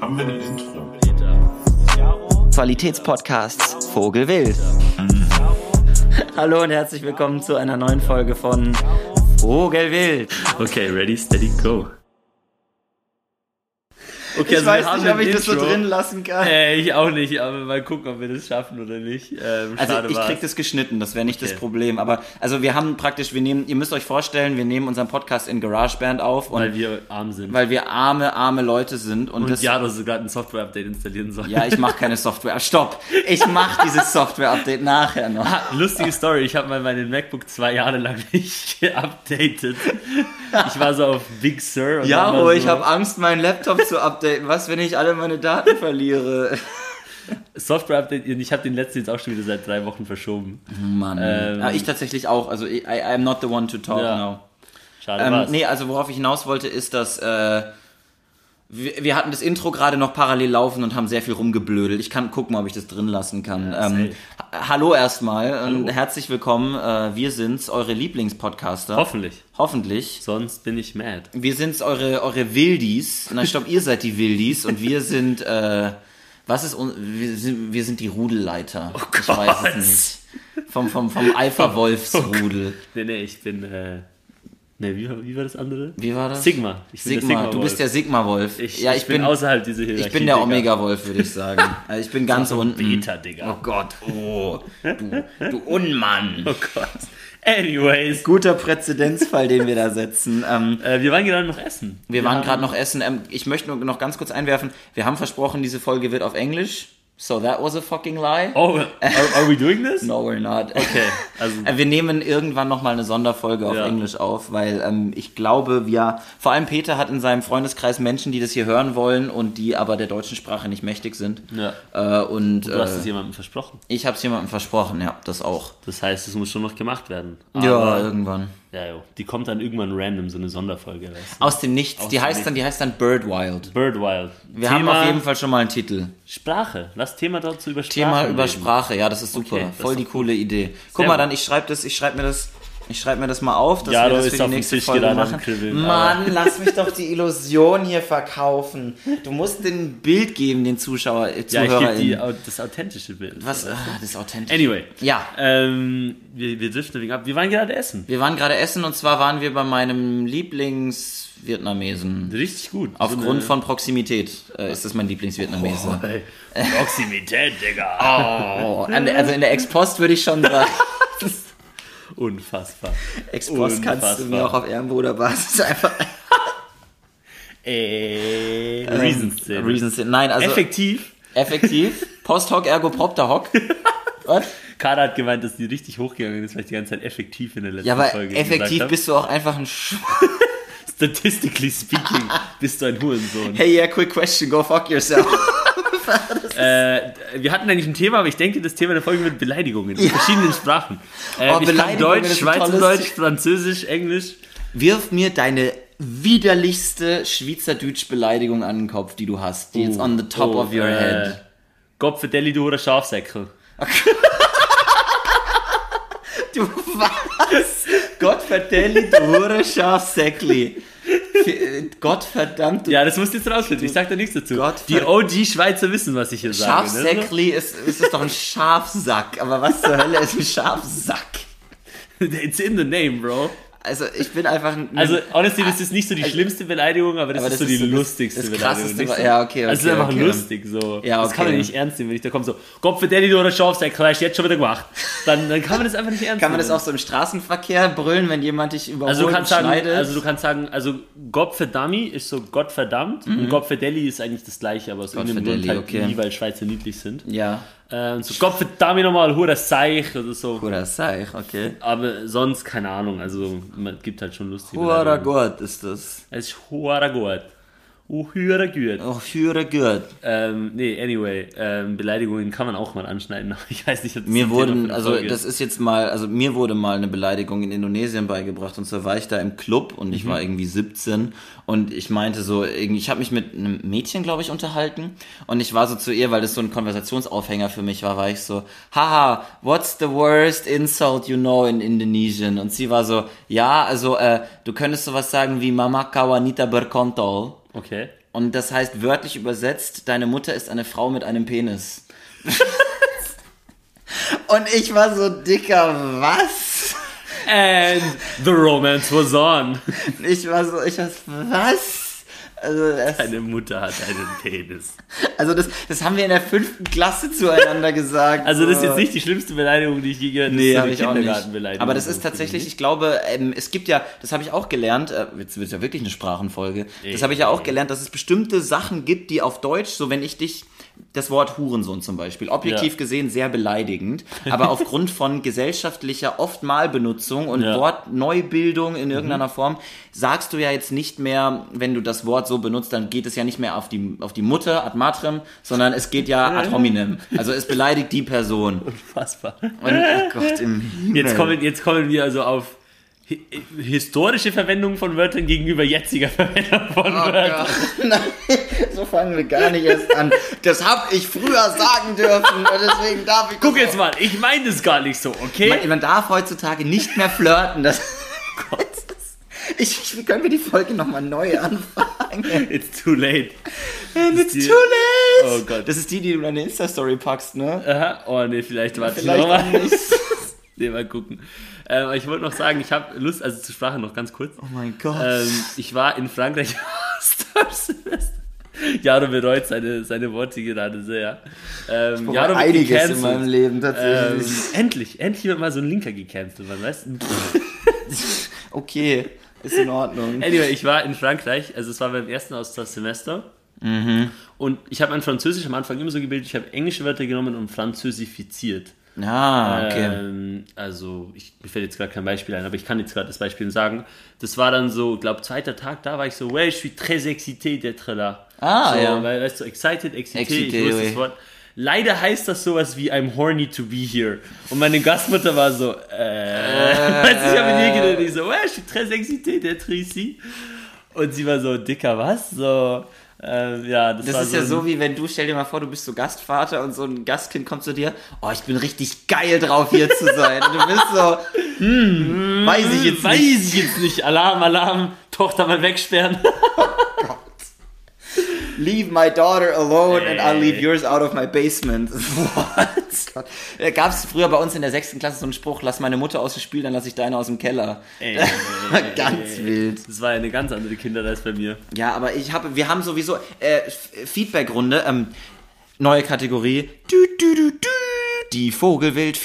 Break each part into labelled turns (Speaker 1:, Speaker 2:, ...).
Speaker 1: Haben wir ein Intro?
Speaker 2: Qualitätspodcasts Vogelwild. Hallo und herzlich willkommen zu einer neuen Folge von Vogelwild.
Speaker 1: Okay, ready, steady, go. Okay,
Speaker 2: Ich
Speaker 1: also wir
Speaker 2: weiß
Speaker 1: haben
Speaker 2: nicht, ob
Speaker 1: ein
Speaker 2: ich das so
Speaker 1: Intro.
Speaker 2: drin lassen kann.
Speaker 1: Äh, ich auch nicht, aber mal gucken, ob wir das schaffen oder nicht. Ähm,
Speaker 2: Also
Speaker 1: schade
Speaker 2: ich
Speaker 1: war's.
Speaker 2: krieg das geschnitten, das wäre nicht das
Speaker 1: Okay.
Speaker 2: Problem. Aber also wir haben praktisch, wir nehmen, ihr müsst euch vorstellen, wir nehmen unseren Podcast in GarageBand auf und weil,
Speaker 1: weil wir arm sind.
Speaker 2: wir arme, arme Leute sind und, das.
Speaker 1: und ja, dass du gerade ein Software-Update installieren soll.
Speaker 2: Ja, ich mache keine Software. Stopp! Ich mache dieses Software-Update nachher noch.
Speaker 1: Ah, lustige Story, ich habe mal meinen MacBook zwei Jahre lang nicht geupdatet. Ich war so auf Big Sur. Und dann war
Speaker 2: Jaro,
Speaker 1: so,
Speaker 2: oh, ich habe Angst, meinen Laptop zu updaten. Was, wenn ich alle meine Daten verliere?
Speaker 1: Software-Update und ich habe den letzten jetzt auch schon wieder seit drei Wochen verschoben.
Speaker 2: Mann.
Speaker 1: Ähm.
Speaker 2: ah, ich tatsächlich auch. Also, I, I, I'm not the one to talk
Speaker 1: Ja.
Speaker 2: now.
Speaker 1: Schade
Speaker 2: Ähm,
Speaker 1: war's.
Speaker 2: nee, also worauf ich hinaus wollte, ist, dass äh, wir, wir hatten das Intro gerade noch parallel laufen und haben sehr viel rumgeblödelt. Ich kann gucken, ob ich das drin lassen kann. ähm, ha- hallo erstmal und herzlich willkommen. Äh, wir sind's, eure Lieblingspodcaster.
Speaker 1: Hoffentlich.
Speaker 2: Hoffentlich.
Speaker 1: Sonst bin ich mad.
Speaker 2: Wir sind's, eure, eure Wildis. Nein, stopp, ihr seid die Wildis und wir sind, äh, was ist, un- wir sind, wir sind die Rudelleiter. Oh ich weiß es nicht. Vom, vom, vom Alpha-Wolfs-Rudel.
Speaker 1: Nee, nee, ich bin. Äh, nee, wie, war- wie war das andere?
Speaker 2: Wie war das?
Speaker 1: Sigma. Ich bin der
Speaker 2: Sigma,
Speaker 1: Sigma-Wolf.
Speaker 2: du bist der Sigma-Wolf.
Speaker 1: Ich,
Speaker 2: Ja, ich,
Speaker 1: bin,
Speaker 2: bin,
Speaker 1: außerhalb dieser Hierarchie.
Speaker 2: ich bin der
Speaker 1: Digga.
Speaker 2: Omega-Wolf, würde ich sagen. Also ich bin ganz unten.
Speaker 1: Beta, Digga.
Speaker 2: Oh Gott, oh, du, du Unmann.
Speaker 1: Oh Gott. Anyways.
Speaker 2: Guter Präzedenzfall, den wir da setzen. Ähm,
Speaker 1: Äh, wir waren gerade noch essen.
Speaker 2: wir waren
Speaker 1: haben-
Speaker 2: gerade noch essen. Ähm, ich möchte nur noch ganz kurz einwerfen, wir haben versprochen, diese Folge wird auf Englisch. So that was a fucking lie.
Speaker 1: Oh, are, are we doing this?
Speaker 2: No, we're not.
Speaker 1: Okay, also.
Speaker 2: Äh, Wir nehmen irgendwann nochmal eine Sonderfolge auf
Speaker 1: Ja.
Speaker 2: Englisch auf, weil ähm, ich glaube, wir, vor allem Peter hat in seinem Freundeskreis Menschen, die das hier hören wollen und die aber der deutschen Sprache nicht mächtig sind.
Speaker 1: Ja.
Speaker 2: Äh, und
Speaker 1: Du hast es
Speaker 2: äh,
Speaker 1: jemandem versprochen.
Speaker 2: ich habe es jemandem versprochen, ja, das auch.
Speaker 1: Das heißt, es muss schon noch gemacht werden.
Speaker 2: ja,
Speaker 1: Aber-
Speaker 2: irgendwann.
Speaker 1: ja, jo. Die kommt dann irgendwann random, so eine Sonderfolge. Weißt du?
Speaker 2: Aus dem Nichts. die
Speaker 1: dem
Speaker 2: heißt dann, die heißt dann Birdwild.
Speaker 1: Birdwild.
Speaker 2: Wir haben auf jeden Fall schon mal einen Titel.
Speaker 1: Sprache. Lass Thema dazu über Sprache.
Speaker 2: Thema über
Speaker 1: reden.
Speaker 2: Sprache, ja, das ist super.
Speaker 1: Okay, das
Speaker 2: Voll
Speaker 1: ist
Speaker 2: die
Speaker 1: doch
Speaker 2: coole Idee. Guck
Speaker 1: Sehr
Speaker 2: mal
Speaker 1: gut.
Speaker 2: dann, ich schreibe das, ich schreibe mir das, ich schreibe mir das mal auf, dass
Speaker 1: Jaro
Speaker 2: wir das
Speaker 1: ist
Speaker 2: für die
Speaker 1: auf den
Speaker 2: nächste
Speaker 1: Tisch
Speaker 2: Folge
Speaker 1: gerade am
Speaker 2: machen.
Speaker 1: Kribbeln,
Speaker 2: Mann, lass mich doch die Illusion hier verkaufen. Du musst den Bild geben, den Zuschauer, äh,
Speaker 1: Ja, ich gebe die,
Speaker 2: ZuhörerInnen.
Speaker 1: au- das authentische Bild.
Speaker 2: Was? Ah, das ist authentisch.
Speaker 1: Anyway.
Speaker 2: Ja.
Speaker 1: Ähm, wir, wir driften wegen ab. Wir waren gerade essen.
Speaker 2: Wir waren gerade essen und zwar waren wir bei meinem Lieblingsvietnamesen.
Speaker 1: Richtig gut.
Speaker 2: Aufgrund von Proximität äh, ist das mein Lieblingsvietnamese.
Speaker 1: Hey. Oh, Proximität, Digga.
Speaker 2: Oh, an der- also in der Ex-Post würde ich schon sagen.
Speaker 1: Unfassbar.
Speaker 2: Ex-Post kannst du mir
Speaker 1: Unfassbar.
Speaker 2: auch auf Ehrenbruderbasis einfach
Speaker 1: Äh,
Speaker 2: Ähm,
Speaker 1: Reasons.
Speaker 2: Reasons sind. Nein, also effektiv.
Speaker 1: Effektiv.
Speaker 2: Post hoc ergo propter hoc. Was?
Speaker 1: Kader hat gemeint, dass die richtig hochgegangen ist, weil ich die ganze Zeit effektiv in der letzten
Speaker 2: Ja, aber
Speaker 1: Folge
Speaker 2: effektiv
Speaker 1: gesagt
Speaker 2: bist du auch einfach ein Sch
Speaker 1: habe. Statistically speaking, bist du ein Hurensohn.
Speaker 2: Hey, yeah, quick question, go fuck yourself.
Speaker 1: Äh, wir hatten eigentlich ein Thema, aber ich denke, das Thema der Folge wird Beleidigungen in verschiedenen Sprachen. Äh,
Speaker 2: Oh,
Speaker 1: ich kann
Speaker 2: Beleidigungen
Speaker 1: Deutsch,
Speaker 2: ist ein tolles
Speaker 1: Schweizerdeutsch,
Speaker 2: Thema.
Speaker 1: Französisch, Englisch.
Speaker 2: Wirf mir deine widerlichste Schweizerdeutsch-Beleidigung an den Kopf, die du hast. Die jetzt on the top
Speaker 1: Oh,
Speaker 2: of your
Speaker 1: äh,
Speaker 2: head.
Speaker 1: Gott für Deli, du oder Schafsäckel.
Speaker 2: Du was? Gott verdelli, du hure Schafsäckli. F- äh, Gott verdammt, du
Speaker 1: Ja, das musst du jetzt rausfinden. Ich sag da nichts dazu.
Speaker 2: Gott
Speaker 1: die
Speaker 2: ver-
Speaker 1: OG-Schweizer wissen, was ich hier sage. Ne?
Speaker 2: Schafsäckli ist, ist, ist doch ein Schafsack. Aber was zur Hölle ist ein Schafsack?
Speaker 1: It's in the name, bro.
Speaker 2: Also ich bin einfach ein...
Speaker 1: Also, honestly, das ist nicht so die schlimmste Beleidigung, aber das
Speaker 2: Also, Aber
Speaker 1: ist so
Speaker 2: das
Speaker 1: die
Speaker 2: ist so das-
Speaker 1: lustigste
Speaker 2: das
Speaker 1: Beleidigung.
Speaker 2: krasseste
Speaker 1: nicht so-
Speaker 2: Be- ja, okay,
Speaker 1: Also, es ist
Speaker 2: okay,
Speaker 1: einfach
Speaker 2: okay.
Speaker 1: lustig so.
Speaker 2: Ja,
Speaker 1: Das kann man
Speaker 2: okay.
Speaker 1: nicht ernst nehmen, wenn ich da komme so, Gott für Deli, du oder Schafsäckel, hast du jetzt schon wieder gemacht. Dann, dann kann man das einfach nicht ernst
Speaker 2: Kann
Speaker 1: nehmen.
Speaker 2: man das auch so im Straßenverkehr brüllen, wenn jemand dich überholt
Speaker 1: Also du,
Speaker 2: und
Speaker 1: kannst sagen,
Speaker 2: schneidet?
Speaker 1: also du kannst sagen, also Gott für Dummy ist so Gott verdammt
Speaker 2: Mhm.
Speaker 1: und Gott für Deli ist eigentlich das gleiche, aber aus irgendeinem Grund halt
Speaker 2: Godverdelli, okay.
Speaker 1: nie, weil Schweizer niedlich sind.
Speaker 2: ja.
Speaker 1: Ähm, so Gott für Dummy nochmal, Hura Seich oder so.
Speaker 2: Oder Seich, okay.
Speaker 1: Aber sonst keine Ahnung, also man gibt halt schon lustige
Speaker 2: Hura
Speaker 1: Beleidigungen.
Speaker 2: Gott ist das.
Speaker 1: Es ist Hura Gott. Oh, Hura Gott.
Speaker 2: Oh, Hura Gott.
Speaker 1: Ähm, nee, anyway, ähm, Beleidigungen kann man auch mal anschneiden, aber ich weiß nicht, ob das
Speaker 2: Mir
Speaker 1: ein Thema für
Speaker 2: wurden,
Speaker 1: eine
Speaker 2: also
Speaker 1: Folge
Speaker 2: das
Speaker 1: ist.
Speaker 2: ist jetzt mal, also mir wurde mal eine Beleidigung in Indonesien beigebracht und zwar war ich da im Club und ich war irgendwie 17 und ich meinte so, irgendwie- ich habe mich mit einem Mädchen, glaube ich, unterhalten und ich war so zu ihr, weil das so ein Konversationsaufhänger für mich war, war ich so, haha, what's the worst insult you know in Indonesian? Und sie war so, ja, also äh, du könntest sowas sagen wie Mama Kawanita Berkontol.
Speaker 1: Okay.
Speaker 2: Und das heißt wörtlich übersetzt, deine Mutter ist eine Frau mit einem Penis. Und ich war so dicker, was?
Speaker 1: And the romance was on.
Speaker 2: Ich war so, ich war so, was? Also, es,
Speaker 1: Deine Mutter hat einen Penis.
Speaker 2: also das, das haben wir in der fünften Klasse zueinander gesagt.
Speaker 1: Also das ist
Speaker 2: so.
Speaker 1: jetzt nicht die schlimmste Beleidigung, die ich je gehört habe.
Speaker 2: Äh. Nee,
Speaker 1: das
Speaker 2: habe ich
Speaker 1: ist
Speaker 2: auch
Speaker 1: eine
Speaker 2: nicht.
Speaker 1: Kindergartenbeleidigung.
Speaker 2: Aber das ist tatsächlich, ich glaube, ähm, es gibt ja, das habe ich auch gelernt, äh, jetzt wird ja wirklich eine Sprachenfolge, das habe ich ja auch gelernt, dass es bestimmte Sachen gibt, die auf Deutsch, so wenn ich dich, das Wort Hurensohn zum Beispiel, objektiv
Speaker 1: Ja.
Speaker 2: gesehen sehr beleidigend, aber aufgrund von gesellschaftlicher Oftmalbenutzung und
Speaker 1: Ja. Mhm.
Speaker 2: Wortneubildung in irgendeiner Form, sagst du ja jetzt nicht mehr, wenn du das Wort so benutzt, dann geht es ja nicht mehr auf die, auf die Mutter ad matrem, sondern es geht ja ad hominem. Also es beleidigt die Person.
Speaker 1: unfassbar.
Speaker 2: Und, oh Gott, im Himmel.
Speaker 1: Jetzt kommen, jetzt kommen wir also auf hi- historische Verwendung von Wörtern gegenüber jetziger Verwendung
Speaker 2: Oh
Speaker 1: von Wörtern.
Speaker 2: Nein, so fangen wir gar nicht erst an. Das hab ich früher sagen dürfen und deswegen darf ich.
Speaker 1: Guck jetzt mal, ich meine das gar nicht so, okay?
Speaker 2: Man, man darf heutzutage nicht mehr flirten. Das Oh ich, ich, können wir die Folge nochmal neu anfangen?
Speaker 1: It's too late.
Speaker 2: And it's
Speaker 1: die-
Speaker 2: too late!
Speaker 1: Oh Gott.
Speaker 2: Das ist die, die du in deine Insta-Story packst, ne?
Speaker 1: Aha. Oh ne, vielleicht warte ich
Speaker 2: Vielleicht auch
Speaker 1: nochmal.
Speaker 2: nicht.
Speaker 1: Nee, mal gucken. Ähm, aber ich wollte noch sagen, ich habe Lust, also zur Sprache noch ganz kurz.
Speaker 2: Oh mein Gott.
Speaker 1: Ähm, ich war in Frankreich Austauschsemester. Jaro bereut seine, seine Worte gerade sehr. Ähm, Jaro wird
Speaker 2: einiges in
Speaker 1: gecancelt.
Speaker 2: meinem Leben
Speaker 1: ähm,
Speaker 2: tatsächlich.
Speaker 1: Endlich, endlich wird mal so ein Linker gecancelt, man weiß.
Speaker 2: Okay, ist in Ordnung.
Speaker 1: Anyway, ich war in Frankreich, also es war beim ersten Austauschsemester.
Speaker 2: Mhm.
Speaker 1: Und ich habe mein Französisch am Anfang immer so gebildet, ich habe englische Wörter genommen und französifiziert.
Speaker 2: Ah, okay.
Speaker 1: Ähm, also, ich, mir fällt jetzt gerade kein Beispiel ein, aber ich kann jetzt gerade das Beispiel sagen. Das war dann so, glaube zweiter Tag, da war ich so, ouais, je suis très excité d'être là.
Speaker 2: Ah,
Speaker 1: so,
Speaker 2: ja.
Speaker 1: Weil, weißt du, excited, excité,
Speaker 2: Excité,
Speaker 1: ich wusste
Speaker 2: oui.
Speaker 1: das Wort. Leider heißt das sowas wie I'm horny to be here. Und meine Gastmutter war so, äh, weißt du, ich habe mit ihr geredet, ich so, ouais, je suis très excité d'être ici. Und sie war so, dicker, was? So, ähm, ja, das, war
Speaker 2: Das ist
Speaker 1: so
Speaker 2: ja
Speaker 1: ein-
Speaker 2: so wie wenn du, stell dir mal vor, du bist so Gastvater und so ein Gastkind kommt zu dir, oh, ich bin richtig geil drauf hier zu sein. Und du bist so, hm, weiß ich jetzt
Speaker 1: weiß
Speaker 2: nicht.
Speaker 1: ich jetzt nicht. Alarm, Alarm, Tochter mal wegsperren.
Speaker 2: Leave my daughter alone and I'll leave
Speaker 1: Ey.
Speaker 2: yours out of my basement. What? Da gab es früher bei uns in der sechsten Klasse so einen Spruch, lass meine Mutter aus dem Spiel, dann lass ich deine aus dem Keller.
Speaker 1: Ey.
Speaker 2: Ganz wild.
Speaker 1: Das war ja eine ganz andere Kinder als bei mir.
Speaker 2: Ja, aber ich habe, wir haben sowieso äh, F- Feedback-Runde, ähm, neue Kategorie. Du, du, du, du, die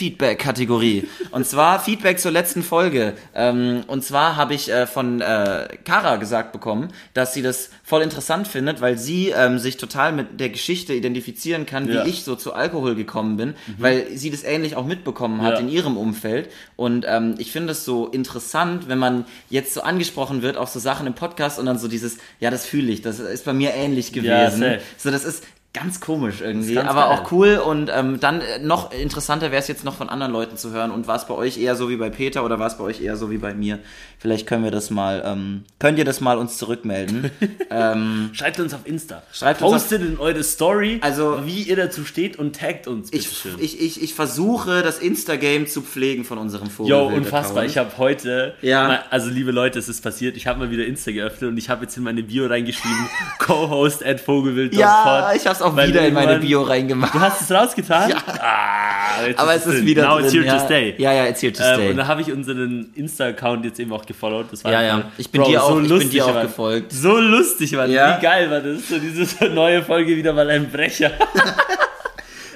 Speaker 2: Vogelwild-Feedback-Kategorie. Und zwar Feedback zur letzten Folge. Ähm, und zwar habe ich äh, von äh, Kara gesagt bekommen, dass sie das voll interessant findet, weil sie ähm, sich total mit der Geschichte identifizieren kann,
Speaker 1: Ja.
Speaker 2: wie ich so zu Alkohol gekommen bin, weil sie das ähnlich auch mitbekommen hat
Speaker 1: Mhm. Ja.
Speaker 2: in ihrem Umfeld. Und ähm, ich finde es so interessant, wenn man jetzt so angesprochen wird auf so Sachen im Podcast und dann so dieses, ja, das fühle ich, das ist bei mir ähnlich
Speaker 1: Ja,
Speaker 2: gewesen.
Speaker 1: safe.
Speaker 2: so, das ist ganz komisch irgendwie,
Speaker 1: ganz
Speaker 2: aber
Speaker 1: geil.
Speaker 2: auch cool. Und ähm, dann äh, noch interessanter wäre es jetzt noch von anderen Leuten zu hören. Und war es bei euch eher so wie bei Peter oder war es bei euch eher so wie bei mir? Vielleicht können wir das mal, ähm, könnt ihr das mal uns zurückmelden?
Speaker 1: Schreibt uns auf Insta.
Speaker 2: Schreibt uns auf-
Speaker 1: Postet in eure Story,
Speaker 2: Also-
Speaker 1: wie ihr dazu steht und taggt uns.
Speaker 2: ich,
Speaker 1: bitteschön.
Speaker 2: ich, ich, ich versuche, das Instagame zu pflegen von unserem Vogel.
Speaker 1: Yo, unfassbar. Ich habe heute,
Speaker 2: Ja.
Speaker 1: mal, also liebe Leute, es ist passiert. Ich habe mal wieder Insta geöffnet und ich habe jetzt in meine Bio reingeschrieben, co-host at vogelwild.pod.
Speaker 2: Ja, ich hab's auch
Speaker 1: Weil
Speaker 2: wieder in meine
Speaker 1: irgendwann-
Speaker 2: Bio reingemacht.
Speaker 1: Du hast es rausgetan? Ja. Ah, jetzt
Speaker 2: aber
Speaker 1: ist
Speaker 2: es ist
Speaker 1: drin.
Speaker 2: wieder
Speaker 1: Now
Speaker 2: drin.
Speaker 1: it's here
Speaker 2: ja.
Speaker 1: to stay.
Speaker 2: Ja, ja, it's here to
Speaker 1: Ähm,
Speaker 2: stay.
Speaker 1: und da habe ich unseren Insta-Account jetzt eben auch gefollowt. Das war
Speaker 2: ja, ja.
Speaker 1: einfach-
Speaker 2: Ich bin
Speaker 1: Bro,
Speaker 2: dir auch,
Speaker 1: so
Speaker 2: ich bin
Speaker 1: lustig,
Speaker 2: dir auch
Speaker 1: Mann.
Speaker 2: gefolgt.
Speaker 1: So lustig, Mann.
Speaker 2: Ja.
Speaker 1: Wie geil war das? So diese neue Folge wieder mal ein Brecher.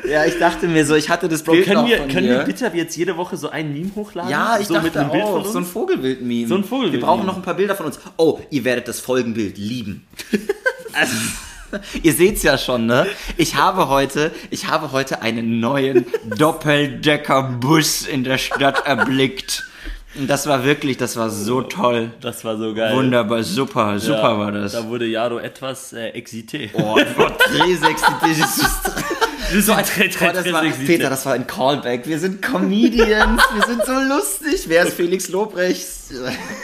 Speaker 2: Ja, ich dachte mir so, ich hatte das Bro,
Speaker 1: können wir, können wir bitte ab jetzt jede Woche so ein Meme hochladen?
Speaker 2: ja, ich
Speaker 1: so
Speaker 2: dachte
Speaker 1: mit einem Bild
Speaker 2: auch,
Speaker 1: von uns?
Speaker 2: so ein Vogelbild-Meme.
Speaker 1: So ein Vogelbild-Meme.
Speaker 2: Wir brauchen noch ein paar Bilder von uns. Oh, ihr werdet das Folgenbild lieben. also, ihr seht's ja schon, ne? Ich habe heute, ich habe heute einen neuen Doppeldecker-Bus in der Stadt erblickt. Und das war wirklich, das war so toll.
Speaker 1: das war so geil.
Speaker 2: Wunderbar, super, super
Speaker 1: Äh, Ja,
Speaker 2: war das.
Speaker 1: Da wurde Jaro etwas äh, excité.
Speaker 2: Oh, Porträt 60
Speaker 1: so ein
Speaker 2: Boah, das war, Peter, das war ein Callback. Wir sind Comedians, wir sind so lustig. Wer ist Felix Lobrechts?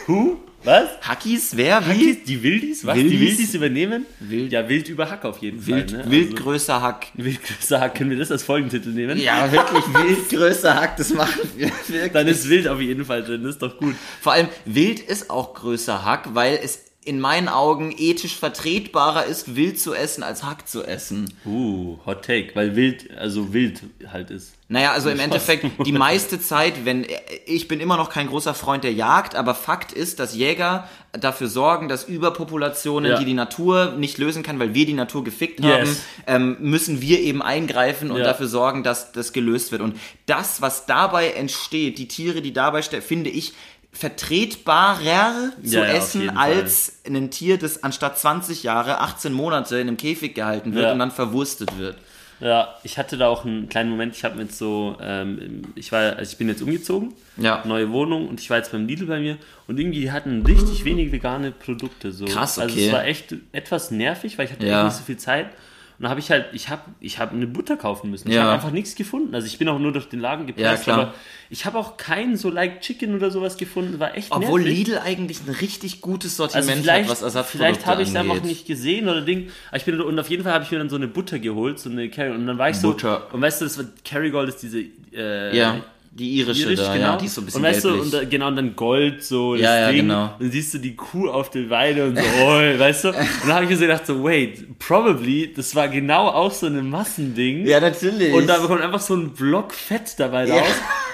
Speaker 1: Who? Was?
Speaker 2: Hackis, wer, wie?
Speaker 1: Die, die Wildis? Was? Die
Speaker 2: Wildis?
Speaker 1: Wildis übernehmen?
Speaker 2: Wild-
Speaker 1: Ja, wild über Hack auf jeden
Speaker 2: Wild,
Speaker 1: Fall. Ne?
Speaker 2: Wildgrößer Hack.
Speaker 1: Also, Wildgrößer Hack, können wir das als Folgentitel nehmen?
Speaker 2: Ja, wirklich, Wildgrößer Hack, das machen wir wirklich.
Speaker 1: Dann ist wild auf jeden Fall drin, das ist doch gut.
Speaker 2: Vor allem, Wild ist auch größer Hack, weil es in meinen Augen ethisch vertretbarer ist, wild zu essen, als Hack zu essen.
Speaker 1: Uh, Hot Take, weil wild, also wild halt ist.
Speaker 2: Naja, also im Endeffekt die meiste Zeit, wenn ich bin immer noch kein großer Freund der Jagd, aber Fakt ist, dass Jäger dafür sorgen, dass Überpopulationen,
Speaker 1: Ja.
Speaker 2: die die Natur nicht lösen kann, weil wir die Natur gefickt
Speaker 1: Yes.
Speaker 2: haben, ähm, müssen wir eben eingreifen und
Speaker 1: Ja.
Speaker 2: dafür sorgen, dass das gelöst wird. Und das, was dabei entsteht, die Tiere, die dabei sterben, finde ich vertretbarer zu
Speaker 1: Ja, ja, auf
Speaker 2: essen
Speaker 1: jeden Fall.
Speaker 2: als ein Tier, das anstatt 20 Jahre 18 Monate in einem Käfig gehalten wird
Speaker 1: Ja.
Speaker 2: und dann verwurstet wird.
Speaker 1: Ja, ich hatte da auch einen kleinen Moment, ich habe mir jetzt so, ähm, ich war, also ich bin jetzt umgezogen,
Speaker 2: Ja.
Speaker 1: neue Wohnung und ich war jetzt beim Lidl bei mir und irgendwie die hatten richtig wenig vegane Produkte. So.
Speaker 2: Krass,
Speaker 1: Also
Speaker 2: okay.
Speaker 1: es war echt etwas nervig, weil ich hatte
Speaker 2: Ja.
Speaker 1: echt nicht so viel Zeit. Und da habe ich halt, ich habe ich hab eine Butter kaufen müssen. Ich
Speaker 2: Ja.
Speaker 1: habe einfach nichts gefunden. Also ich bin auch nur durch den Laden gepresst,
Speaker 2: klar.
Speaker 1: aber ich habe auch keinen so like Chicken oder sowas gefunden. War echt
Speaker 2: Obwohl
Speaker 1: nervig.
Speaker 2: Lidl eigentlich ein richtig gutes
Speaker 1: Also
Speaker 2: Sortiment
Speaker 1: vielleicht,
Speaker 2: hat, was Ersatzprodukte
Speaker 1: vielleicht habe ich es
Speaker 2: angeht.
Speaker 1: einfach nicht gesehen oder Ding. Aber ich bin und auf jeden Fall habe ich mir dann so eine Butter geholt, so eine Carry und dann war ich so
Speaker 2: Butter.
Speaker 1: und weißt du, das war Kerrygold ist diese äh,
Speaker 2: Ja, die irische
Speaker 1: irisch,
Speaker 2: da,
Speaker 1: genau.
Speaker 2: ja, die ist so ein bisschen
Speaker 1: und weißt du,
Speaker 2: gelblich.
Speaker 1: und da, genau und dann Gold so
Speaker 2: Ja, ja,
Speaker 1: Ding.
Speaker 2: genau.
Speaker 1: Und dann siehst du die Kuh auf der Weide und so, oh, weißt du? Und dann habe ich mir so gedacht so, wait, probably, das war genau auch so ein Massending.
Speaker 2: ja, natürlich.
Speaker 1: Und da kommt einfach so ein Block Fett dabei raus.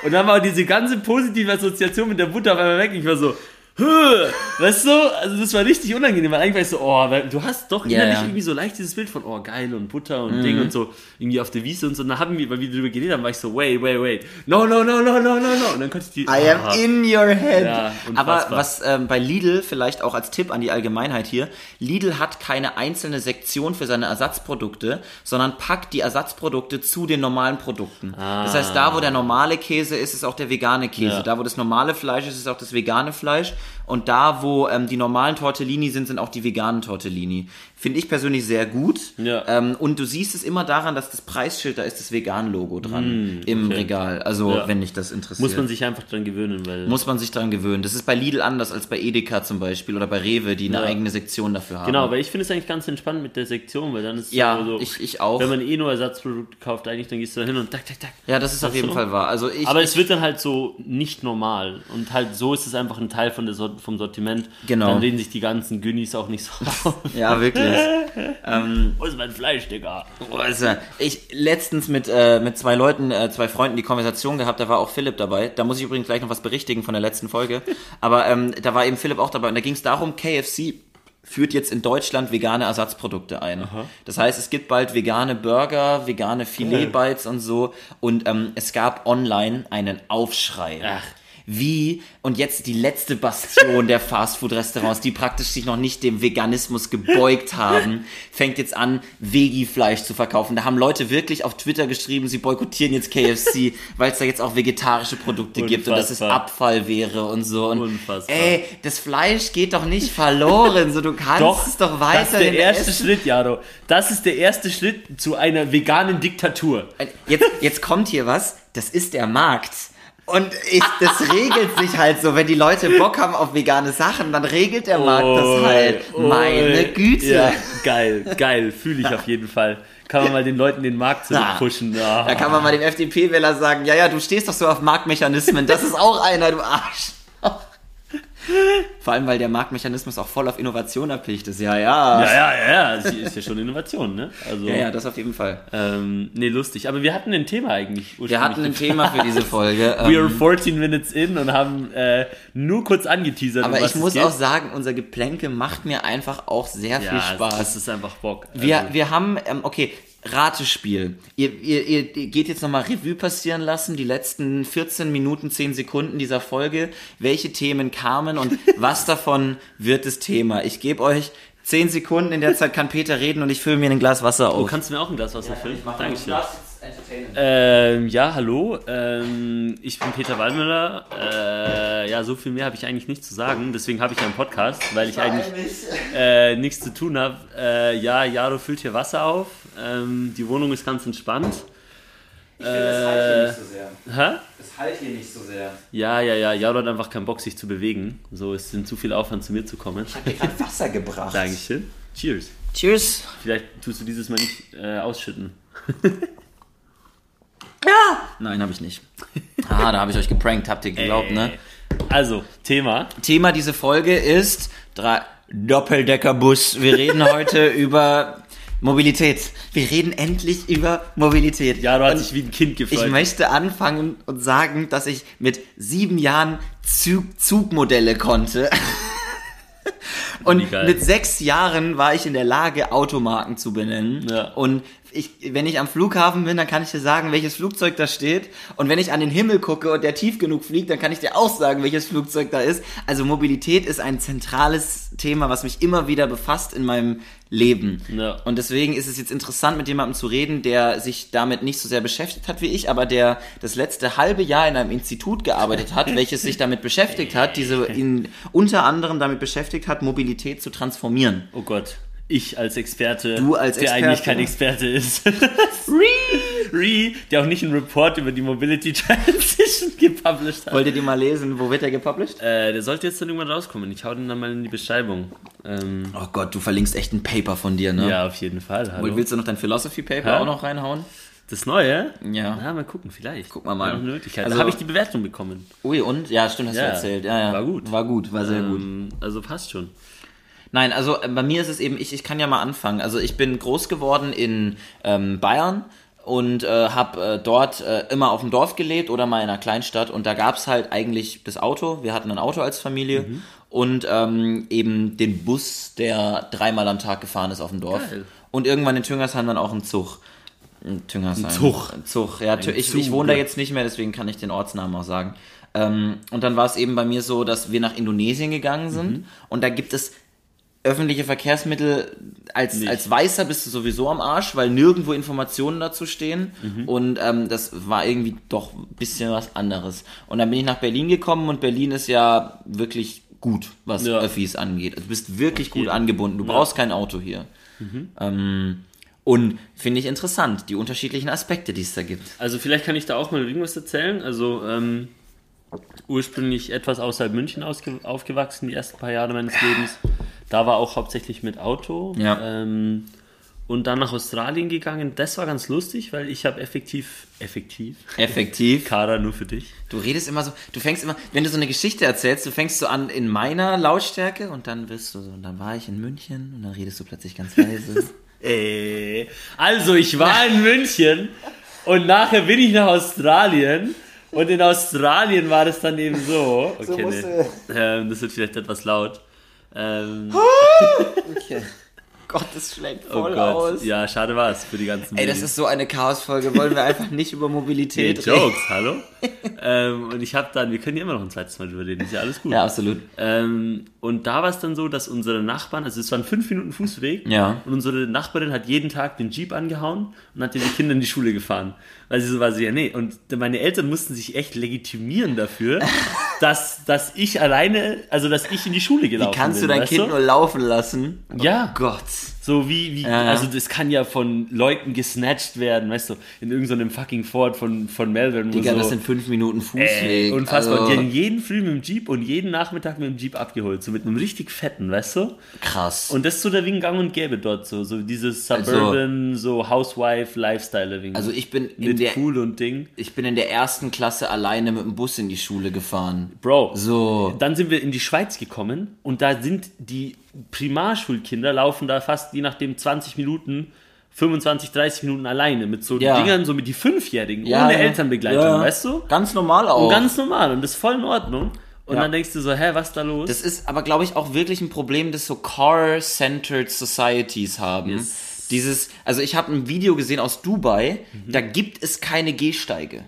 Speaker 1: Und dann war diese ganze positive Assoziation mit der Butter auf einmal weg. Ich war so, "Hö." weißt du, also das war richtig unangenehm, weil eigentlich war ich so, oh, weil du hast doch
Speaker 2: Ja,
Speaker 1: innerlich
Speaker 2: ja. Mhm.
Speaker 1: irgendwie so leicht dieses Bild von, oh, geil und Butter und Ding und so, irgendwie auf der Wiese und so. Und dann haben wir, weil wir darüber geredet haben, war ich so, wait, wait, wait, no, no, no, no, no, no, no. Und dann konnte ich die,
Speaker 2: I am
Speaker 1: Ah.
Speaker 2: in your head.
Speaker 1: Ja,
Speaker 2: Aber
Speaker 1: unfassbar.
Speaker 2: was ähm, bei Lidl vielleicht auch als Tipp an die Allgemeinheit hier, Lidl hat keine einzelne Sektion für seine Ersatzprodukte, sondern packt die Ersatzprodukte zu den normalen Produkten. Das heißt, da wo der normale Käse ist, ist auch der vegane Käse.
Speaker 1: Ah. Ja.
Speaker 2: Da wo das normale Fleisch ist, ist auch das vegane Fleisch. Und da wo ähm, die normalen Tortellini sind, sind auch die veganen Tortellini. Finde ich persönlich sehr gut.
Speaker 1: Ja.
Speaker 2: Ähm, und du siehst es immer daran, dass das Preisschild, da ist das Vegan-Logo dran im Regal. Also,
Speaker 1: Hm, Ja.
Speaker 2: wenn dich das interessiert.
Speaker 1: Muss man sich einfach dran gewöhnen, weil.
Speaker 2: Muss man sich dran gewöhnen. Das ist bei Lidl anders als bei Edeka zum Beispiel oder bei Rewe, die eine
Speaker 1: Ja.
Speaker 2: eigene Sektion dafür haben.
Speaker 1: Genau, weil ich finde es eigentlich ganz entspannt mit der Sektion, weil dann ist es
Speaker 2: Ja,
Speaker 1: so,
Speaker 2: ich, ich auch.
Speaker 1: wenn man eh nur Ersatzprodukte kauft, eigentlich, dann gehst du da hin und tak, tak, tak.
Speaker 2: ja, das ist auf jeden
Speaker 1: du?
Speaker 2: Fall wahr. Also ich,
Speaker 1: Aber es wird dann halt so nicht normal. Und halt so ist es einfach ein Teil von der Sort vom Sortiment.
Speaker 2: Genau.
Speaker 1: Dann reden sich die ganzen Günnis auch nicht so auf.
Speaker 2: ja wirklich.
Speaker 1: Wo ist mein Fleisch, Digga?
Speaker 2: Boah, ist ja- ich letztens mit, äh, mit zwei Leuten, äh, zwei Freunden die Konversation gehabt, da war auch Philipp dabei. Da muss ich übrigens gleich noch was berichtigen von der letzten Folge. Aber ähm, da war eben Philipp auch dabei und da ging es darum, KFC führt jetzt in Deutschland vegane Ersatzprodukte ein. Das heißt, es gibt bald vegane Burger, vegane Filet-Bites und so. Und ähm, es gab online einen Aufschrei.
Speaker 1: Ach.
Speaker 2: Wie, und jetzt die letzte Bastion der Fastfood-Restaurants, die praktisch sich noch nicht dem Veganismus gebeugt haben, fängt jetzt an, Veggie-Fleisch zu verkaufen. Da haben Leute wirklich auf Twitter geschrieben, sie boykottieren jetzt KFC, weil es da jetzt auch vegetarische Produkte gibt und dass es
Speaker 1: Unfassbar.
Speaker 2: Abfall wäre und so. Und
Speaker 1: Unfassbar.
Speaker 2: Ey, das Fleisch geht doch nicht verloren, so du kannst es doch weiterhin
Speaker 1: das ist der erste
Speaker 2: essen.
Speaker 1: Schritt, Jaro. Das ist der erste Schritt zu einer veganen Diktatur.
Speaker 2: Äh, Jetzt, jetzt kommt hier was, das ist der Markt. Und ich, das regelt sich halt so, wenn die Leute Bock haben auf vegane Sachen, dann regelt der Markt das halt.
Speaker 1: Oi, oi.
Speaker 2: Meine Güte.
Speaker 1: Ja, geil, geil. Fühle ich auf jeden Fall. Kann man mal den Leuten den Markt Ah. zu
Speaker 2: Na,
Speaker 1: pushen.
Speaker 2: Da kann man mal dem FDP-Wähler sagen, ja, ja, du stehst doch so auf Marktmechanismen, das ist auch einer, du Arsch. Vor allem, weil der Marktmechanismus auch voll auf Innovation erpicht ist. Ja, ja.
Speaker 1: ja, ja, ja, ja. Das ist ja schon Innovation, ne? Also,
Speaker 2: Ja, ja, das auf jeden Fall.
Speaker 1: Ähm, nee, lustig. Aber wir hatten ein Thema eigentlich.
Speaker 2: Wir hatten ein Thema für diese Folge.
Speaker 1: We
Speaker 2: ähm,
Speaker 1: are 14 minutes in und haben äh, nur kurz angeteasert. um
Speaker 2: aber
Speaker 1: was
Speaker 2: ich
Speaker 1: es
Speaker 2: muss
Speaker 1: geht.
Speaker 2: auch sagen, unser Geplänke macht mir einfach auch sehr
Speaker 1: ja,
Speaker 2: viel
Speaker 1: Es,
Speaker 2: Spaß.
Speaker 1: es ist einfach Bock.
Speaker 2: Wir,
Speaker 1: Also,
Speaker 2: wir haben, ähm, okay, Ratespiel. Ihr, ihr, ihr ihr geht jetzt nochmal Revue passieren lassen, die letzten 14 Minuten, 10 Sekunden dieser Folge, welche Themen kamen und was davon wird das Thema. Ich gebe euch 10 Sekunden, in der Zeit kann Peter reden und ich fülle mir ein Glas Wasser auf.
Speaker 1: kannst du mir auch ein Glas Wasser füllen? Dankeschön.
Speaker 2: Dankeschön.
Speaker 1: Ähm, ja, hallo. Ähm, ich bin Peter Wallmüller. Äh, ja, so viel mehr habe ich eigentlich nicht zu sagen. Deswegen habe ich einen Podcast, weil ich eigentlich äh, nichts zu tun habe. Äh, ja, Jaro füllt hier Wasser auf. Ähm, die Wohnung ist ganz entspannt.
Speaker 2: Äh, Das heilt hier nicht so sehr.
Speaker 1: Äh, Hä?
Speaker 2: Das heilt hier nicht so sehr.
Speaker 1: Ja, ja, ja. Jaro hat einfach keinen Bock, sich zu bewegen. So, es sind zu viel Aufwand, zu mir zu kommen.
Speaker 2: Ich habe Wasser gebracht.
Speaker 1: Dankeschön. Cheers.
Speaker 2: Cheers.
Speaker 1: Vielleicht tust du dieses Mal nicht äh, ausschütten.
Speaker 2: Nein, habe ich nicht. Ah, da habe ich euch geprankt, habt ihr geglaubt, ne?
Speaker 1: Also, Thema.
Speaker 2: Thema dieser Folge ist drei, Doppeldeckerbus. Wir reden heute über Mobilität. Wir reden endlich über Mobilität.
Speaker 1: Ja, du hast
Speaker 2: Und
Speaker 1: dich wie ein Kind gefreut.
Speaker 2: Ich möchte anfangen und sagen, dass ich mit sieben Jahren Zug Zugmodelle konnte.
Speaker 1: Wie
Speaker 2: Und
Speaker 1: geil.
Speaker 2: mit sechs Jahren war ich in der Lage, Automarken zu benennen.
Speaker 1: Ja.
Speaker 2: Und ich, wenn ich am Flughafen bin, dann kann ich dir sagen, welches Flugzeug da steht. Und wenn ich an den Himmel gucke und der tief genug fliegt, dann kann ich dir auch sagen, welches Flugzeug da ist. Also Mobilität ist ein zentrales Thema, was mich immer wieder befasst in meinem Leben.
Speaker 1: Ja.
Speaker 2: Und deswegen ist es jetzt interessant, mit jemandem zu reden, der sich damit nicht so sehr beschäftigt hat wie ich, aber der das letzte halbe Jahr in einem Institut gearbeitet hat, welches sich damit beschäftigt hat, diese in, unter anderem damit beschäftigt hat, Mobilität zu transformieren.
Speaker 1: oh Gott. Ich als Experte,
Speaker 2: Du als
Speaker 1: der
Speaker 2: Experte.
Speaker 1: eigentlich kein Experte ist. Ree, der auch nicht einen Report über die Mobility Transition gepublished hat.
Speaker 2: Wollt ihr die mal lesen? Wo wird der gepublished?
Speaker 1: Äh, der sollte jetzt dann irgendwann rauskommen. Ich hau den dann mal in die Beschreibung. Ähm,
Speaker 2: Oh Gott, du verlinkst echt ein Paper von dir, ne?
Speaker 1: ja, auf jeden Fall. Hallo.
Speaker 2: Und willst du noch dein Philosophy Paper
Speaker 1: Hä?
Speaker 2: auch noch reinhauen?
Speaker 1: Das Neue?
Speaker 2: Ja.
Speaker 1: Na, mal gucken, vielleicht. Guck
Speaker 2: mal, mal.
Speaker 1: Noch eine Möglichkeit.
Speaker 2: Also-
Speaker 1: Also habe ich die Bewertung bekommen.
Speaker 2: Ui, und? Ja, stimmt, hast
Speaker 1: Ja,
Speaker 2: du erzählt. Ja, ja.
Speaker 1: war gut.
Speaker 2: War gut, war sehr gut.
Speaker 1: Ähm, also passt schon.
Speaker 2: Nein, also äh, bei mir ist es eben, ich, ich kann ja mal anfangen. Also ich bin groß geworden in ähm, Bayern und äh, habe äh, dort äh, immer auf dem Dorf gelebt oder mal in einer Kleinstadt und da gab's halt eigentlich das Auto. Wir hatten ein Auto als Familie
Speaker 1: Mhm.
Speaker 2: und ähm, eben den Bus, der dreimal am Tag gefahren ist auf dem Dorf.
Speaker 1: Geil.
Speaker 2: Und irgendwann in Tüngersheim dann auch ein Zug. Ein Tüngersheim. Ein
Speaker 1: Zug.
Speaker 2: Ein Zug, ja. Tü- Ich, ich
Speaker 1: Zug.
Speaker 2: wohne da jetzt nicht mehr, deswegen kann ich den Ortsnamen auch sagen. Ähm, und dann war es eben bei mir so, dass wir nach Indonesien gegangen sind
Speaker 1: Mhm.
Speaker 2: und da gibt es öffentliche Verkehrsmittel als, als Weißer bist du sowieso am Arsch, weil nirgendwo Informationen dazu stehen.
Speaker 1: Mhm.
Speaker 2: Und ähm, das war irgendwie doch ein bisschen was anderes. Und dann bin ich nach Berlin gekommen und Berlin ist ja wirklich gut, was
Speaker 1: Ja.
Speaker 2: Öffis angeht. Also du bist wirklich gut
Speaker 1: jeden. Mhm.
Speaker 2: angebunden. Du brauchst kein Auto hier. Ähm, und finde ich interessant, die unterschiedlichen Aspekte, die es da gibt.
Speaker 1: Also vielleicht kann ich da auch mal irgendwas erzählen. Also ähm, ursprünglich etwas außerhalb München ausge aufgewachsen, die ersten paar Jahre meines Lebens. Da war auch hauptsächlich mit Auto.
Speaker 2: Ja.
Speaker 1: Ähm, und dann nach Australien gegangen. Das war ganz lustig, weil ich habe effektiv, effektiv,
Speaker 2: Effektiv.
Speaker 1: Kara nur für dich.
Speaker 2: Du redest immer so, du fängst immer, wenn du so eine Geschichte erzählst, du fängst so an in meiner Lautstärke und dann wirst du so, und dann war ich in München und dann redest du plötzlich ganz leise.
Speaker 1: Äh, also ich war in München und nachher bin ich nach Australien und in Australien war das dann eben so. Okay,
Speaker 2: musst
Speaker 1: nee. ähm, das wird vielleicht etwas laut. Ähm,
Speaker 2: okay. Gott, das schlägt
Speaker 1: oh
Speaker 2: voll
Speaker 1: Gott,
Speaker 2: aus.
Speaker 1: ja, schade war es für die ganzen.
Speaker 2: Ey, das
Speaker 1: Medien.
Speaker 2: ist so eine Chaosfolge, wollen wir einfach nicht über
Speaker 1: Nee,
Speaker 2: Mobilität reden.
Speaker 1: Jokes, hallo. ähm, und ich habe dann, wir können ja immer noch ein zweites Mal drüber reden, ist ja alles gut.
Speaker 2: Ja, absolut.
Speaker 1: Ähm, und da war es dann so, dass unsere Nachbarn, also es waren fünf Minuten Fußweg,
Speaker 2: Ja.
Speaker 1: und unsere Nachbarin hat jeden Tag den Jeep angehauen und hat die Kinder in die Schule gefahren. Weil sie so war, sie ja, nee. Und meine Eltern mussten sich echt legitimieren dafür, dass, dass ich alleine, also dass ich in die Schule gelaufen
Speaker 2: Wie kannst du
Speaker 1: bin.
Speaker 2: dein
Speaker 1: weißt
Speaker 2: Kind nur laufen lassen? Oh
Speaker 1: Ja.
Speaker 2: Gott.
Speaker 1: So wie, wie
Speaker 2: ja.
Speaker 1: also das kann ja von Leuten gesnatcht werden, weißt du, in irgendeinem fucking Ford von, von Melbourne. wo
Speaker 2: Digga,
Speaker 1: so,
Speaker 2: das sind fünf Minuten Fußweg.
Speaker 1: Also Ey, unfassbar. Die
Speaker 2: Also,
Speaker 1: haben jeden Früh mit dem Jeep und jeden Nachmittag mit dem Jeep abgeholt. So mit einem richtig fetten, weißt du?
Speaker 2: krass.
Speaker 1: Und das ist so der Wing Gang und Gäbe dort so. So dieses Suburban, so Housewife-Lifestyle-Living.
Speaker 2: also ich bin in
Speaker 1: mit
Speaker 2: der,
Speaker 1: cool und Ding.
Speaker 2: ich bin in der ersten Klasse alleine mit dem Bus in die Schule gefahren.
Speaker 1: Bro.
Speaker 2: So.
Speaker 1: Dann sind wir in die Schweiz gekommen und da sind die Primarschulkinder laufen da fast je nachdem 20 Minuten, 25, 30 Minuten alleine mit so
Speaker 2: Ja.
Speaker 1: Dingern, so mit die Fünfjährigen,
Speaker 2: Ja,
Speaker 1: ohne
Speaker 2: ja.
Speaker 1: Elternbegleitung,
Speaker 2: Ja.
Speaker 1: weißt du?
Speaker 2: Ganz normal auch.
Speaker 1: Ganz normal und das ist voll in Ordnung. Und
Speaker 2: Ja.
Speaker 1: dann denkst du so, hä, was ist da los?
Speaker 2: das ist aber, glaube ich, auch wirklich ein Problem, das so Car-Centered Societies haben. Dieses, also ich habe ein Video gesehen aus Dubai,
Speaker 1: Mhm.
Speaker 2: da gibt es keine Gehsteige.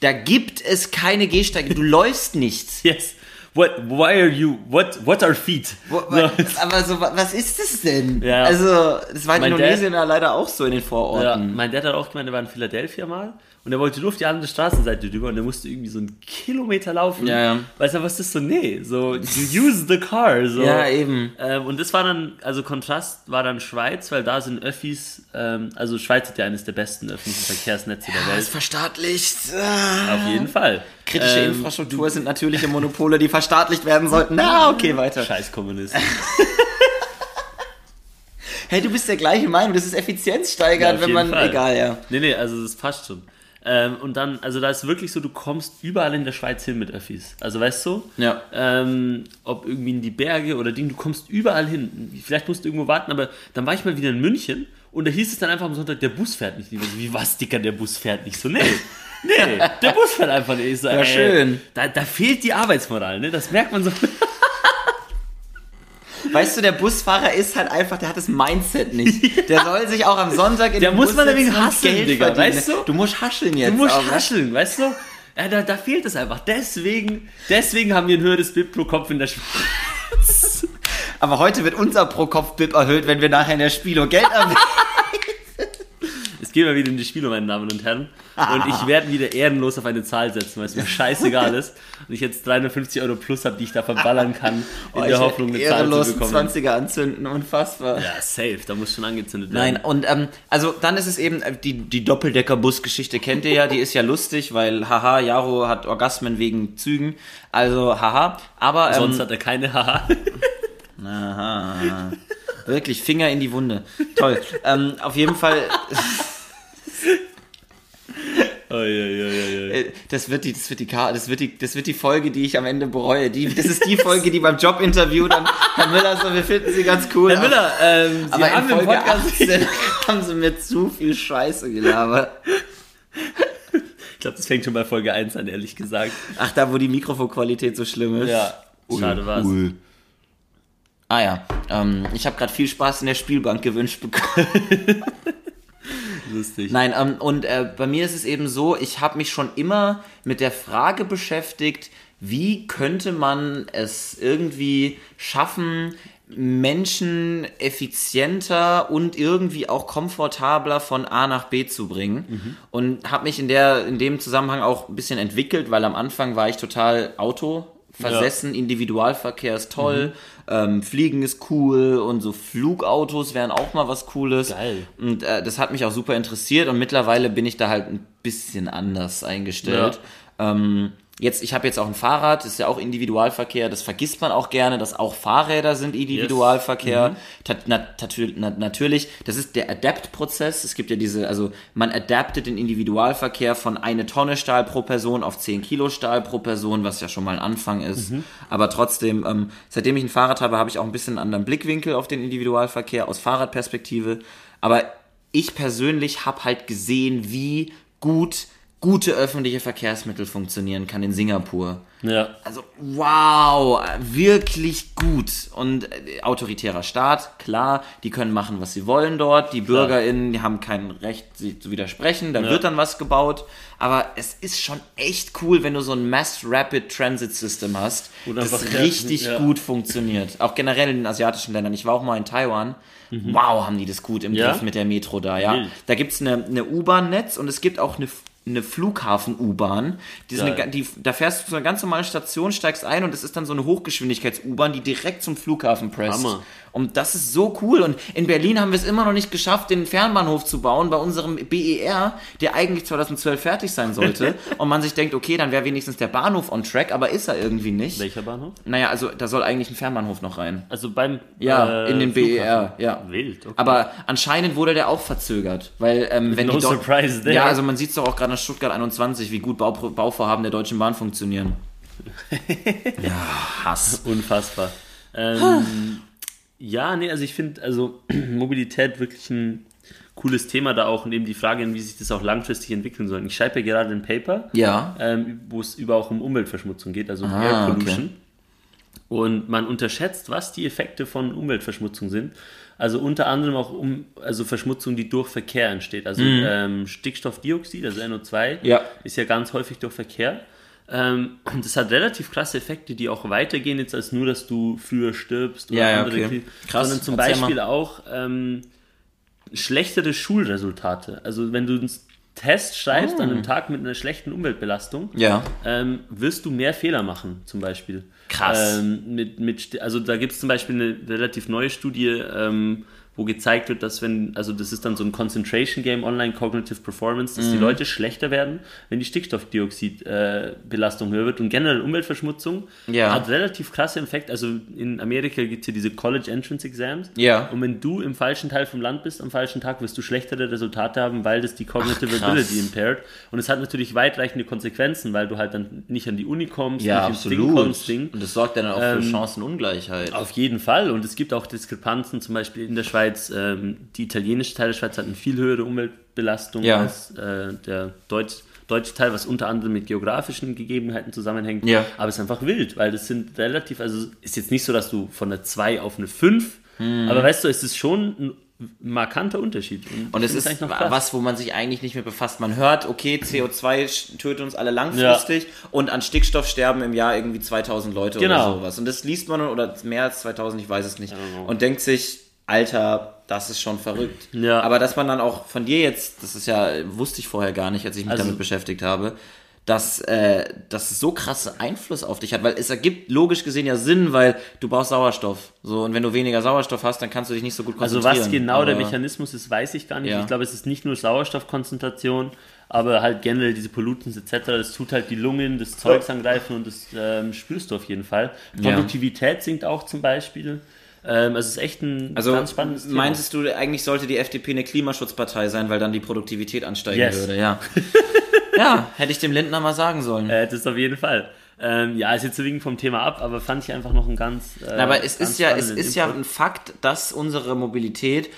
Speaker 2: Da gibt es keine Gehsteige. Du läufst nicht.
Speaker 1: Yes. What? Why are you? What? What are feet?
Speaker 2: Wo-
Speaker 1: No.
Speaker 2: Aber so, wa- was ist das denn?
Speaker 1: Ja.
Speaker 2: Also, das war in
Speaker 1: Mein
Speaker 2: Indonesien ja leider auch so in den
Speaker 1: Ja,
Speaker 2: Vororten.
Speaker 1: mein Dad hat auch gemeint, er war in Philadelphia mal und er wollte nur auf die andere Straßenseite rüber und er musste irgendwie so einen Kilometer laufen.
Speaker 2: Ja, ja.
Speaker 1: Weißt du, was ist so? Nee, so, you use the car. So.
Speaker 2: Ja, eben.
Speaker 1: Ähm, und das war dann, also Kontrast war dann Schweiz, weil da sind Öffis, ähm, also Schweiz hat ja eines der besten öffentlichen Verkehrsnetze der
Speaker 2: Das
Speaker 1: Welt.
Speaker 2: Ah, verstaatlicht.
Speaker 1: Auf jeden Fall.
Speaker 2: Kritische
Speaker 1: Ähm,
Speaker 2: Infrastruktur sind natürliche Monopole, die verstaatlicht werden sollten. Na, okay, weiter.
Speaker 1: Scheiß Kommunist.
Speaker 2: Hey, du bist der gleiche Meinung, das ist
Speaker 1: Ja,
Speaker 2: Effizienzsteigert,
Speaker 1: auf
Speaker 2: wenn
Speaker 1: jeden
Speaker 2: man.
Speaker 1: Fall.
Speaker 2: Egal, ja.
Speaker 1: Nee, nee, also das passt schon. Ähm, und dann, also da ist wirklich so, du kommst überall in der Schweiz hin mit Öffis. Also weißt du,
Speaker 2: Ja.
Speaker 1: ähm, ob irgendwie in die Berge oder Ding, du kommst überall hin. Vielleicht musst du irgendwo warten, aber dann war ich mal wieder in München und da hieß es dann einfach am Sonntag, der Bus fährt nicht. Ich so, wie was, Dicker, der Bus fährt nicht? So, nee. Nee, der Bus fährt einfach nicht. Ich so, ey,
Speaker 2: schön.
Speaker 1: Da, da fehlt die Arbeitsmoral, ne? Das merkt man so.
Speaker 2: Weißt du, der Busfahrer ist halt einfach, der hat das Mindset nicht. Der soll sich auch am Sonntag in
Speaker 1: Der
Speaker 2: den
Speaker 1: muss
Speaker 2: Bus
Speaker 1: man
Speaker 2: setzen
Speaker 1: wegen
Speaker 2: und
Speaker 1: hasseln,
Speaker 2: Geld
Speaker 1: Digga,
Speaker 2: verdienen.
Speaker 1: weißt du?
Speaker 2: Du musst hascheln jetzt. ne?
Speaker 1: Du musst
Speaker 2: aber-
Speaker 1: hascheln, weißt du? Ja, da, da fehlt es einfach. Deswegen, deswegen haben wir ein höheres BIP pro Kopf in der Schweiz.
Speaker 2: Aber heute wird unser Pro-Kopf-Bip erhöht, wenn wir nachher in der Spielo Geld haben.
Speaker 1: Es geht mal wieder in die Spiele, meine Damen und Herren. Und ich werde wieder ehrenlos auf eine Zahl setzen, weil es mir scheißegal ist. Und ich jetzt 350 Euro plus habe, die ich da verballern kann,
Speaker 2: Oh,
Speaker 1: in der Hoffnung, eine Zahl zu
Speaker 2: Ehrenlosen
Speaker 1: bekommen.
Speaker 2: 20er anzünden, unfassbar.
Speaker 1: Ja, safe, da muss schon angezündet werden.
Speaker 2: Nein, und ähm, also dann ist es eben, äh, die, die Doppeldecker-Bus-Geschichte kennt ihr ja, die ist ja lustig, weil haha, Jaro hat Orgasmen wegen Zügen, also haha, aber ähm,
Speaker 1: Sonst hat er keine Haha.
Speaker 2: aha, wirklich Finger in die Wunde, toll. ähm, auf jeden Fall,
Speaker 1: Uiuiuiui.
Speaker 2: äh, das wird die, das wird die, Ka- das wird die, das wird die Folge, die ich am Ende bereue. Die, das ist die Folge, die beim Jobinterview dann Herr Müller so, wir finden Sie ganz cool.
Speaker 1: Herr Müller, ähm, Sie
Speaker 2: aber in
Speaker 1: haben im
Speaker 2: Folge
Speaker 1: Podcast...
Speaker 2: 18 haben Sie mir zu viel Scheiße gelabert.
Speaker 1: Ich glaube, das fängt schon bei Folge 1 an, ehrlich gesagt.
Speaker 2: Ach, da, wo die Mikrofonqualität so schlimm ist.
Speaker 1: Ja, schade war's.
Speaker 2: Ah ja, ähm, ich habe gerade viel Spaß in der Spielbank gewünscht bekommen.
Speaker 1: Lustig.
Speaker 2: Nein, ähm, und äh, bei mir ist es eben so, ich habe mich schon immer mit der Frage beschäftigt, wie könnte man es irgendwie schaffen, Menschen effizienter und irgendwie auch komfortabler von A nach B zu bringen. Und habe mich in, der, in dem Zusammenhang auch ein bisschen entwickelt, weil am Anfang war ich total Auto versessen, Individualverkehr ist toll, ähm, Fliegen ist cool und so Flugautos wären auch mal was Cooles.
Speaker 1: Geil.
Speaker 2: Und äh, das hat mich auch super interessiert und mittlerweile bin ich da halt ein bisschen anders eingestellt. Ähm, jetzt, ich habe jetzt auch ein Fahrrad, ist ja auch Individualverkehr, das vergisst man auch gerne, dass auch Fahrräder sind Individualverkehr. Tat- na, tatü- na, natürlich, das ist der Adapt-Prozess. Es gibt ja diese, also man adaptet den Individualverkehr von eine Tonne Stahl pro Person auf 10 Kilo Stahl pro Person, was ja schon mal ein Anfang ist. Aber trotzdem, ähm, seitdem ich ein Fahrrad habe, habe ich auch ein bisschen einen anderen Blickwinkel auf den Individualverkehr aus Fahrradperspektive. Aber ich persönlich habe halt gesehen, wie gut gute öffentliche Verkehrsmittel funktionieren kann in Singapur.
Speaker 1: Ja.
Speaker 2: Also wow, wirklich gut. Und äh, autoritärer Staat, klar, die können machen, was sie wollen dort. Die BürgerInnen die haben kein Recht, sie zu widersprechen. Da wird dann was gebaut. Aber es ist schon echt cool, wenn du so ein Mass Rapid Transit System hast,
Speaker 1: Oder
Speaker 2: das
Speaker 1: einfach-
Speaker 2: richtig
Speaker 1: ja.
Speaker 2: gut funktioniert. Auch generell in den asiatischen Ländern. Ich war auch mal in Taiwan. Wow, haben die das gut im
Speaker 1: Mhm. Ja?
Speaker 2: Griff mit der Metro da, ja.
Speaker 1: Wild.
Speaker 2: Da gibt's eine, eine U-Bahn-Netz und es gibt auch eine, eine Flughafen-U-Bahn. Die ist eine,
Speaker 1: Geil.
Speaker 2: ga- die, da fährst du zu einer ganz normalen Station, steigst ein und es ist dann so eine Hochgeschwindigkeits-U-Bahn, die direkt zum Flughafen presst.
Speaker 1: Hammer.
Speaker 2: Und das ist so cool. Und in Berlin haben wir es immer noch nicht geschafft, den Fernbahnhof zu bauen bei unserem BER, der eigentlich 2012 fertig sein sollte. und man sich denkt, okay, dann wäre wenigstens der Bahnhof on track, aber ist er irgendwie nicht.
Speaker 1: Welcher Bahnhof?
Speaker 2: Naja, also da soll eigentlich ein Fernbahnhof noch rein.
Speaker 1: Also beim...
Speaker 2: Ja, in den
Speaker 1: Flughafen.
Speaker 2: BER, ja.
Speaker 1: Wild, okay.
Speaker 2: Aber anscheinend wurde der auch verzögert, weil ähm, wenn
Speaker 1: No
Speaker 2: die dort-
Speaker 1: surprise there.
Speaker 2: Ja, also man sieht es doch auch gerade nach Stuttgart 21, wie gut Bau Bauvorhaben der Deutschen Bahn funktionieren. ja, Hass.
Speaker 1: Unfassbar. Ähm, ja, nee, also ich finde, also Mobilität wirklich ein cooles Thema da auch und eben die Frage, in wie sich das auch langfristig entwickeln soll. Ich schreibe ja gerade ein Paper,
Speaker 2: Ja,
Speaker 1: ähm, wo es über auch um Umweltverschmutzung geht, also um
Speaker 2: Ah,
Speaker 1: Air Pollution. Und man unterschätzt, was die Effekte von Umweltverschmutzung sind. Also unter anderem auch um, also Verschmutzung, die durch Verkehr entsteht. Also ähm, Stickstoffdioxid, also NO2,
Speaker 2: Mhm. Ja.
Speaker 1: ist ja ganz häufig durch Verkehr. Ähm, und das hat relativ krasse Effekte, die auch weitergehen jetzt als nur, dass du früher stirbst oder
Speaker 2: Ja, ja, okay.
Speaker 1: Kri-
Speaker 2: Krass,
Speaker 1: sondern zum
Speaker 2: erzähl
Speaker 1: Beispiel auch ähm, schlechtere Schulresultate. Also wenn du einen Test schreibst
Speaker 2: Oh.
Speaker 1: an einem Tag mit einer schlechten Umweltbelastung,
Speaker 2: ja.
Speaker 1: ähm, wirst du mehr Fehler machen, zum Beispiel.
Speaker 2: Krass.
Speaker 1: Ähm, mit, mit, Sti- also da gibt es zum Beispiel eine relativ neue Studie ähm, wo gezeigt wird, dass wenn, also das ist dann so ein Concentration Game Online Cognitive Performance, dass die
Speaker 2: Mhm.
Speaker 1: Leute schlechter werden, wenn die Stickstoffdioxidbelastung äh, Belastung höher wird und generell Umweltverschmutzung
Speaker 2: Ja.
Speaker 1: hat relativ krasse Effekt. Also in Amerika gibt es ja diese College Entrance Exams.
Speaker 2: Ja.
Speaker 1: Und wenn du im falschen Teil vom Land bist, am falschen Tag, wirst du schlechtere Resultate haben, weil das die Cognitive
Speaker 2: krass.
Speaker 1: Ability impaired. Und es hat natürlich weitreichende Konsequenzen, weil du halt dann nicht an die Uni kommst,
Speaker 2: Ja,
Speaker 1: nicht ins Ding kommst,
Speaker 2: absolut. Ähm,
Speaker 1: Ding.
Speaker 2: Und das sorgt dann auch für Chancenungleichheit.
Speaker 1: Auf jeden Fall. Und es gibt auch Diskrepanzen, zum Beispiel in der Schweiz. Ähm, die italienische Teil der Schweiz hat eine viel höhere Umweltbelastung
Speaker 2: Ja.
Speaker 1: als äh, der Deutsch, deutsche Teil, was unter anderem mit geografischen Gegebenheiten zusammenhängt.
Speaker 2: Ja.
Speaker 1: Aber es ist einfach wild, weil das sind relativ, also ist jetzt nicht so, dass du von einer 2 auf eine 5,
Speaker 2: Hm.
Speaker 1: aber weißt du, es ist schon ein markanter Unterschied.
Speaker 2: Und
Speaker 1: ich
Speaker 2: es
Speaker 1: find's
Speaker 2: ist
Speaker 1: eigentlich noch krass.
Speaker 2: was, wo man sich eigentlich nicht mehr befasst. Man hört, okay, CO2 sch- tötet uns alle langfristig und an Stickstoff sterben im Jahr irgendwie 2000 Leute
Speaker 1: Genau. genau.
Speaker 2: oder sowas. Und das liest man oder mehr als 2000, ich weiß es nicht. Und denkt sich, Alter, das ist schon verrückt.
Speaker 1: Ja.
Speaker 2: Aber dass man dann auch von dir jetzt, das ist ja, wusste ich vorher gar nicht, als ich mich
Speaker 1: Also-
Speaker 2: damit beschäftigt habe, dass äh, das so krasse Einfluss auf dich hat, weil es ergibt logisch gesehen ja Sinn, weil du brauchst Sauerstoff. So, und wenn du weniger Sauerstoff hast, dann kannst du dich nicht so gut
Speaker 1: Also
Speaker 2: konzentrieren.
Speaker 1: was genau der
Speaker 2: Aber-
Speaker 1: Mechanismus ist, weiß ich gar nicht.
Speaker 2: Ja.
Speaker 1: Ich glaube, es ist nicht nur Sauerstoffkonzentration, aber halt generell diese Pollutants etc. Das tut halt die Lungen, das Zeugs angreifen und das ähm, spürst du auf jeden Fall.
Speaker 2: Ja.
Speaker 1: Produktivität sinkt auch zum Beispiel. Ähm, also es ist echt ein
Speaker 2: Also
Speaker 1: ganz spannendes Thema.
Speaker 2: meintest du, eigentlich sollte die FDP eine Klimaschutzpartei sein, weil dann die Produktivität ansteigen
Speaker 1: Yes.
Speaker 2: würde, ja. ja, hätte ich dem Lindner mal sagen sollen.
Speaker 1: äh, das ist auf jeden Fall. Ähm, ja, ist jetzt wegen vom Thema ab, aber fand ich einfach noch ein ganz. Äh,
Speaker 2: Aber es
Speaker 1: ganz
Speaker 2: ist ja, es
Speaker 1: spannenden
Speaker 2: ist ja
Speaker 1: Input.
Speaker 2: ein Fakt, dass unsere Mobilität,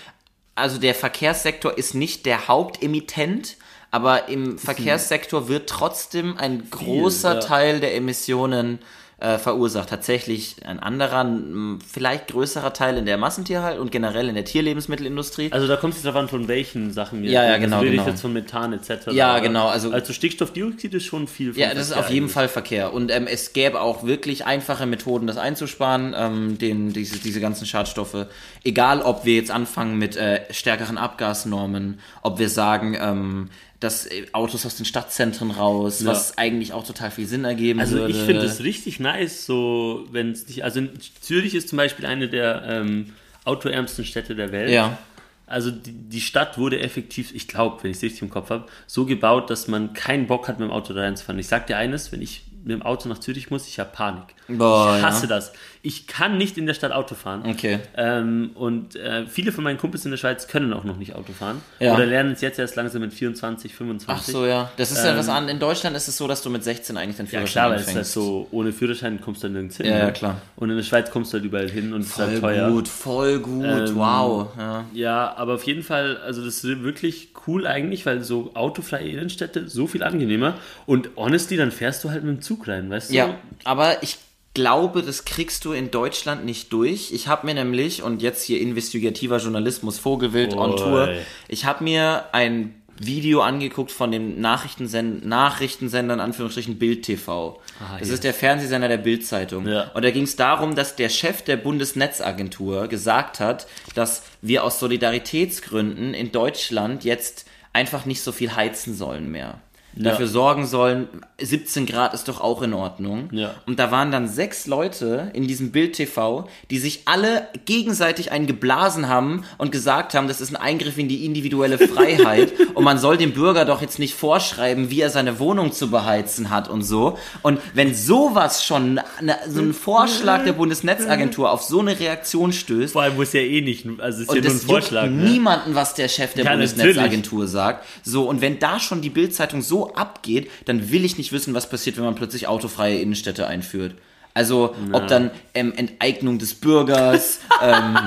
Speaker 2: also der Verkehrssektor ist nicht der Hauptemittent, aber im Verkehrssektor wird trotzdem ein großer
Speaker 1: ja.
Speaker 2: Teil der Emissionen äh, verursacht. Tatsächlich ein anderer, m, vielleicht größerer Teil in der Massentierhalt und generell in der Tierlebensmittelindustrie.
Speaker 1: Also da kommt es darauf an, von welchen Sachen wir
Speaker 2: Ja, ja,
Speaker 1: reden.
Speaker 2: genau,
Speaker 1: Also rede
Speaker 2: genau.
Speaker 1: ich jetzt von Methan etc.
Speaker 2: Ja,
Speaker 1: aber-
Speaker 2: genau, also-
Speaker 1: also Stickstoffdioxid ist schon viel. vom
Speaker 2: Ja, das ist
Speaker 1: Verkehr
Speaker 2: auf jeden
Speaker 1: eigentlich.
Speaker 2: Fall Verkehr. Und ähm, es gäbe auch wirklich einfache Methoden, das einzusparen, ähm, den, diese, diese ganzen Schadstoffe. Egal, ob wir jetzt anfangen mit äh, stärkeren Abgasnormen, ob wir sagen, ähm, dass äh, Autos aus den Stadtzentren raus,
Speaker 1: Ja.
Speaker 2: was eigentlich auch total viel Sinn ergeben
Speaker 1: Also
Speaker 2: würde.
Speaker 1: ich finde es richtig nice, so wenn es nicht. Also in Zürich ist zum Beispiel eine der ähm, autoärmsten Städte der Welt.
Speaker 2: Ja.
Speaker 1: Also die, die Stadt wurde effektiv, ich glaube, wenn ich es richtig im Kopf habe, so gebaut, dass man keinen Bock hat, mit dem Auto da reinzufahren. Ich sag dir eines, wenn ich mit dem Auto nach Zürich muss, ich habe Panik.
Speaker 2: Boah,
Speaker 1: ich hasse
Speaker 2: ja.
Speaker 1: das. Ich kann nicht in der Stadt Auto fahren.
Speaker 2: Okay.
Speaker 1: Ähm, und äh, viele von meinen Kumpels in der Schweiz können auch noch nicht Auto fahren.
Speaker 2: Ja.
Speaker 1: Oder lernen es jetzt erst langsam mit 24, 25.
Speaker 2: Ach so, ja. Das ist ja was an. In Deutschland ist es so, dass du mit 16 eigentlich deinen
Speaker 1: Ähm, Ja,
Speaker 2: Führerschein
Speaker 1: klar, weil es
Speaker 2: anfängst.
Speaker 1: ist halt so, ohne Führerschein kommst du halt nirgends hin.
Speaker 2: Ja, ja,
Speaker 1: ne?
Speaker 2: klar.
Speaker 1: Und in der Schweiz kommst du halt überall hin und es ist
Speaker 2: voll
Speaker 1: halt teuer. Ähm,
Speaker 2: gut, voll gut, wow. Ja.
Speaker 1: Ja, aber auf jeden Fall, also das ist wirklich cool eigentlich, weil so autofreie Innenstädte so viel angenehmer. Und honestly, dann fährst du halt mit dem Zug rein, weißt du?
Speaker 2: Ja, aber ich glaube, das kriegst du in Deutschland nicht durch. Ich habe mir nämlich, und jetzt hier investigativer Journalismus, Vogelwild on
Speaker 1: Oi.
Speaker 2: Tour, ich habe mir ein Video angeguckt von dem Nachrichtensend Nachrichtensender, in Anführungsstrichen Bild TV.
Speaker 1: Ah,
Speaker 2: das
Speaker 1: ja.
Speaker 2: ist der Fernsehsender der Bild-Zeitung.
Speaker 1: Ja.
Speaker 2: Und da ging es darum, dass der Chef der Bundesnetzagentur gesagt hat, dass wir aus Solidaritätsgründen in Deutschland jetzt einfach nicht so viel heizen sollen mehr. Dafür sorgen sollen, 17 Grad ist doch auch in Ordnung.
Speaker 1: Ja.
Speaker 2: Und da waren dann sechs Leute in diesem Bild TV, die sich alle gegenseitig einen geblasen haben und gesagt haben, das ist ein Eingriff in die individuelle Freiheit und man soll dem Bürger doch jetzt nicht vorschreiben, wie er seine Wohnung zu beheizen hat und so. Und wenn sowas schon, eine, so ein Vorschlag der Bundesnetzagentur auf so eine Reaktion stößt,
Speaker 1: Vor allem, wo es ja eh nicht, also es ist ja
Speaker 2: und
Speaker 1: nur ein
Speaker 2: das juckt
Speaker 1: Vorschlag. Ne?
Speaker 2: niemanden, was der Chef der
Speaker 1: Ja,
Speaker 2: Bundesnetzagentur sagt. So, und wenn da schon die Bildzeitung so abgeht, dann will ich nicht wissen, was passiert, wenn man plötzlich autofreie Innenstädte einführt. Also, ob dann ähm, Enteignung des Bürgers, ähm,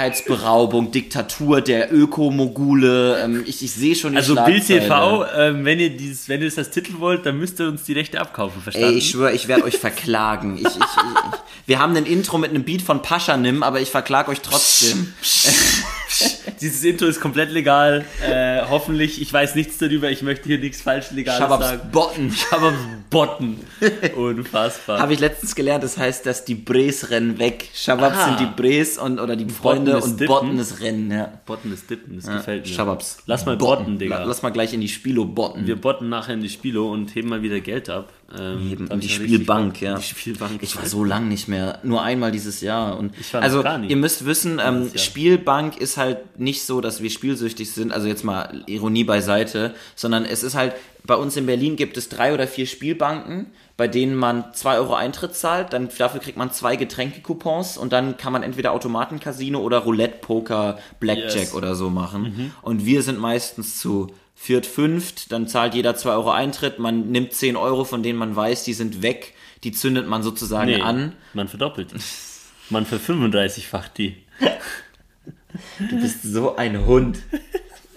Speaker 2: Freiheitsberaubung, Diktatur der Ökomogule, ähm, ich, ich sehe schon die
Speaker 1: Also Bild
Speaker 2: Schlagzeile.
Speaker 1: TV, ähm, wenn ihr dieses, wenn ihr das als Titel wollt, dann müsst ihr uns die Rechte abkaufen, verstanden?
Speaker 2: Ey, ich schwöre, ich werde euch verklagen. Ich, ich, ich, ich, wir haben ein Intro mit einem Beat von Paschanim, aber ich verklag euch trotzdem.
Speaker 1: Dieses Intro ist komplett legal. Äh, hoffentlich, ich weiß nichts darüber, ich möchte hier nichts falsch legales
Speaker 2: Schababs
Speaker 1: sagen.
Speaker 2: Botten.
Speaker 1: Aber Botten. Unfassbar.
Speaker 2: Habe ich letztens gelernt, das heißt, dass die Brees rennen weg. Schababs
Speaker 1: Ah.
Speaker 2: sind die Brees und, oder die Freunde
Speaker 1: Botten ist
Speaker 2: und
Speaker 1: Dippen.
Speaker 2: Botten ist Rennen, ja.
Speaker 1: Botten ist Dippen, das
Speaker 2: ja.
Speaker 1: gefällt mir.
Speaker 2: Schababs.
Speaker 1: Lass mal botten, Digga.
Speaker 2: La- Lass mal gleich in die Spielo botten.
Speaker 1: Wir botten nachher in die Spielo und heben mal wieder Geld ab. Ähm,
Speaker 2: Eben,
Speaker 1: da hab
Speaker 2: die
Speaker 1: ich ja
Speaker 2: Spielbank,
Speaker 1: richtig-
Speaker 2: ja.
Speaker 1: Die Spielbank.
Speaker 2: Ich war so lang nicht mehr, nur einmal dieses Jahr. Und
Speaker 1: Ich war noch
Speaker 2: also
Speaker 1: gar nie.
Speaker 2: ihr müsst wissen, ähm,
Speaker 1: Jahr.
Speaker 2: Spielbank ist halt nicht so, dass wir spielsüchtig sind. Also jetzt mal Ironie beiseite, sondern es ist halt bei uns in Berlin gibt es drei oder vier Spielbanken, bei denen man zwei Euro Eintritt zahlt, dann dafür kriegt man zwei Getränkekupons und dann kann man entweder Automatencasino oder Roulette, Poker, Blackjack
Speaker 1: Yes. Mhm.
Speaker 2: oder so machen. Und wir sind meistens zu viert, fünft, dann zahlt jeder 2 Euro Eintritt, man nimmt 10 Euro, von denen man weiß, die sind weg, die zündet man sozusagen
Speaker 1: Nee,
Speaker 2: an.
Speaker 1: Man verdoppelt. Man für 35-fach die.
Speaker 2: Du bist so ein Hund.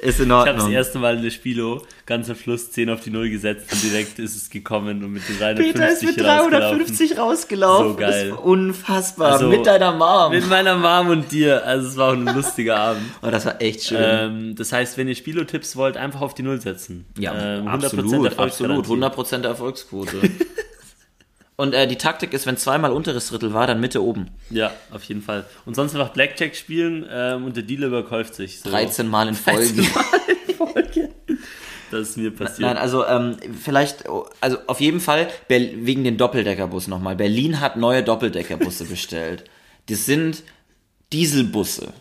Speaker 2: Ist in
Speaker 1: Ich habe das
Speaker 2: Ordnung.
Speaker 1: erste Mal in der Spielo ganzen Fluss 10 auf die 0 gesetzt und direkt ist es gekommen und mit 350
Speaker 2: Peter ist mit
Speaker 1: rausgelaufen.
Speaker 2: 350 rausgelaufen.
Speaker 1: So geil.
Speaker 2: Das war unfassbar.
Speaker 1: Also-
Speaker 2: mit deiner Mom.
Speaker 1: Mit meiner Mom und dir. Also es war auch ein lustiger Abend.
Speaker 2: oh, das war echt schön.
Speaker 1: Ähm, das heißt, wenn ihr Spielo-Tipps wollt, einfach auf die Null setzen. Ähm, 100%
Speaker 2: absolut, absolut.
Speaker 1: Erfolgsgarantie.
Speaker 2: 100% Erfolgsquote. Und äh, die Taktik ist, wenn zweimal unteres Drittel war, dann Mitte oben.
Speaker 1: Ja, auf jeden Fall. Und sonst einfach Blackjack spielen ähm, und der Dealer überkäuft sich. So.
Speaker 2: 13 Mal in Folge.
Speaker 1: Das ist mir passiert.
Speaker 2: Nein, also ähm, vielleicht, also auf jeden Fall Ber wegen den Doppeldeckerbus nochmal. Berlin hat neue Doppeldeckerbusse bestellt. Das sind Dieselbusse.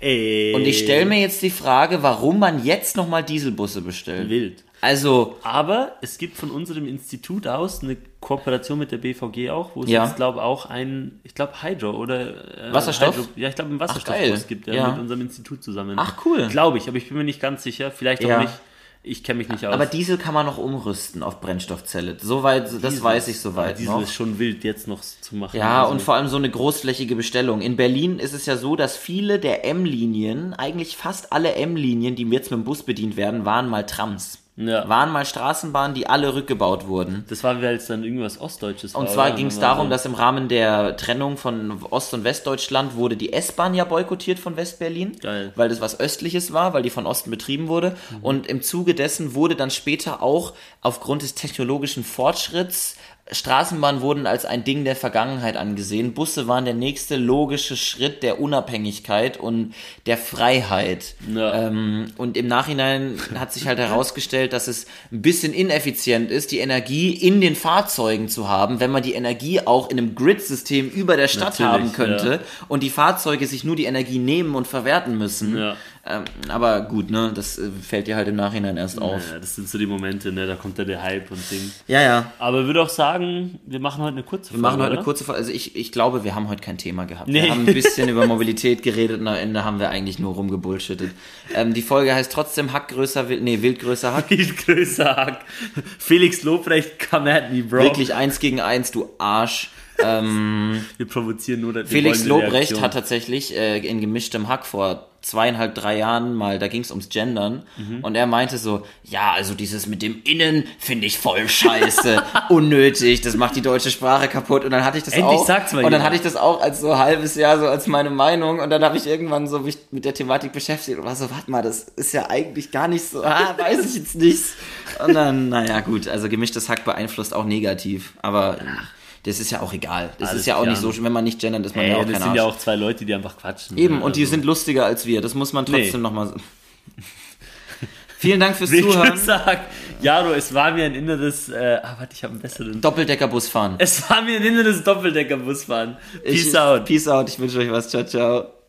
Speaker 1: Ey.
Speaker 2: Und ich stelle mir jetzt die Frage, warum man jetzt nochmal Dieselbusse bestellt.
Speaker 1: Wild.
Speaker 2: Also,
Speaker 1: Aber es gibt von unserem Institut aus eine Kooperation mit der BVG auch, wo es
Speaker 2: Ja.
Speaker 1: jetzt, glaube ich, auch ein, ich glaube, Hydro oder... Äh,
Speaker 2: Wasserstoff?
Speaker 1: Hydro, ja, ich glaube, ein
Speaker 2: geil.
Speaker 1: Wasserstoffbus gibt, ja,
Speaker 2: Ja.
Speaker 1: mit unserem Institut zusammen.
Speaker 2: Ach, cool.
Speaker 1: Glaube ich, aber ich bin mir nicht ganz sicher. Vielleicht
Speaker 2: Ja.
Speaker 1: auch nicht. Ich kenne mich nicht aus.
Speaker 2: aber Diesel kann man noch umrüsten auf Brennstoffzelle. Soweit, das
Speaker 1: Diesel
Speaker 2: weiß
Speaker 1: ist-
Speaker 2: ich soweit
Speaker 1: Diesel
Speaker 2: noch.
Speaker 1: ist schon wild, jetzt noch zu machen.
Speaker 2: Ja,
Speaker 1: Also-
Speaker 2: und vor allem so eine großflächige Bestellung. In Berlin ist es ja so, dass viele der M-Linien, eigentlich fast alle M-Linien, die jetzt mit dem Bus bedient werden, waren mal Trams.
Speaker 1: Ja.
Speaker 2: Waren mal Straßenbahnen, die alle rückgebaut wurden.
Speaker 1: Das war, weil es dann irgendwas Ostdeutsches war.
Speaker 2: Und zwar
Speaker 1: oder?
Speaker 2: ging es
Speaker 1: Dann war
Speaker 2: darum,
Speaker 1: so-
Speaker 2: dass im Rahmen der Trennung von Ost- und Westdeutschland wurde die S-Bahn ja boykottiert von Westberlin,
Speaker 1: Geil. Mhm.
Speaker 2: weil das was Östliches war, weil die von Osten betrieben wurde. Und im Zuge dessen wurde dann später auch aufgrund des technologischen Fortschritts Straßenbahnen wurden als ein Ding der Vergangenheit angesehen. Busse waren der nächste logische Schritt der Unabhängigkeit und der Freiheit.
Speaker 1: Ja.
Speaker 2: Ähm, und im Nachhinein hat sich halt herausgestellt, dass es ein bisschen ineffizient ist, die Energie in den Fahrzeugen zu haben, wenn man die Energie auch in einem Grid-System über der Stadt
Speaker 1: Natürlich,
Speaker 2: haben könnte und die Fahrzeuge sich nur die Energie nehmen und verwerten müssen.
Speaker 1: Ja.
Speaker 2: Ähm, aber gut, ne, das äh, fällt dir halt im Nachhinein erst auf.
Speaker 1: Ja, das sind so die Momente, ne? da kommt dann der Hype und Ding.
Speaker 2: Ja, ja.
Speaker 1: Aber ich würde auch sagen, wir machen heute eine kurze
Speaker 2: Wir machen heute eine kurze Folge. Also ich, ich glaube, wir haben heute kein Thema gehabt.
Speaker 1: Nee.
Speaker 2: Wir haben ein bisschen über Mobilität geredet und am Ende haben wir eigentlich nur rumgebullshittet. Ähm, die Folge heißt trotzdem Hack größer, Wild, nee, Wild größer Hack.
Speaker 1: Viel größer Hack. Felix Lobrecht, come at me, Bro.
Speaker 2: Wirklich eins gegen eins, du Arsch. Ähm,
Speaker 1: Wir provozieren nur. wir
Speaker 2: Felix
Speaker 1: wollen eine
Speaker 2: Lobrecht
Speaker 1: Reaktion.
Speaker 2: hat tatsächlich äh, in gemischtem Hack vor zweieinhalb, drei Jahren mal, da ging es ums Gendern
Speaker 1: Mhm.
Speaker 2: und er meinte so, ja, also dieses mit dem Innen finde ich voll scheiße, unnötig, das macht die deutsche Sprache kaputt und dann hatte ich das
Speaker 1: Endlich
Speaker 2: auch
Speaker 1: sagt's mal
Speaker 2: und dann
Speaker 1: jemand.
Speaker 2: hatte ich das auch als so halbes Jahr so als meine Meinung und dann habe ich irgendwann so mich mit der Thematik beschäftigt und war so, warte mal, das ist ja eigentlich gar nicht so, ah, weiß ich jetzt nicht und dann, naja gut, also gemischtes Hack beeinflusst auch negativ, aber das ist ja auch egal, das
Speaker 1: Alles
Speaker 2: ist ja auch
Speaker 1: klar.
Speaker 2: nicht so, schlimm, wenn man nicht gendert, ist man
Speaker 1: Ey,
Speaker 2: Äh, ja auch
Speaker 1: das
Speaker 2: kein
Speaker 1: sind ja
Speaker 2: Arsch.
Speaker 1: auch zwei Leute, die einfach quatschen.
Speaker 2: Eben,
Speaker 1: ne?
Speaker 2: und die
Speaker 1: Also,
Speaker 2: sind lustiger als wir. Das muss man trotzdem
Speaker 1: Nee.
Speaker 2: nochmal. Vielen Dank fürs
Speaker 1: Viel
Speaker 2: Zuhören.
Speaker 1: größer Hack. Jaro, es war mir ein inneres. Äh, ah, warte, ich habe einen besseren.
Speaker 2: Doppeldeckerbus fahren.
Speaker 1: Es war mir ein inneres Doppeldeckerbusfahren. Peace out.
Speaker 2: Peace out. Ich wünsche euch was. Ciao, ciao.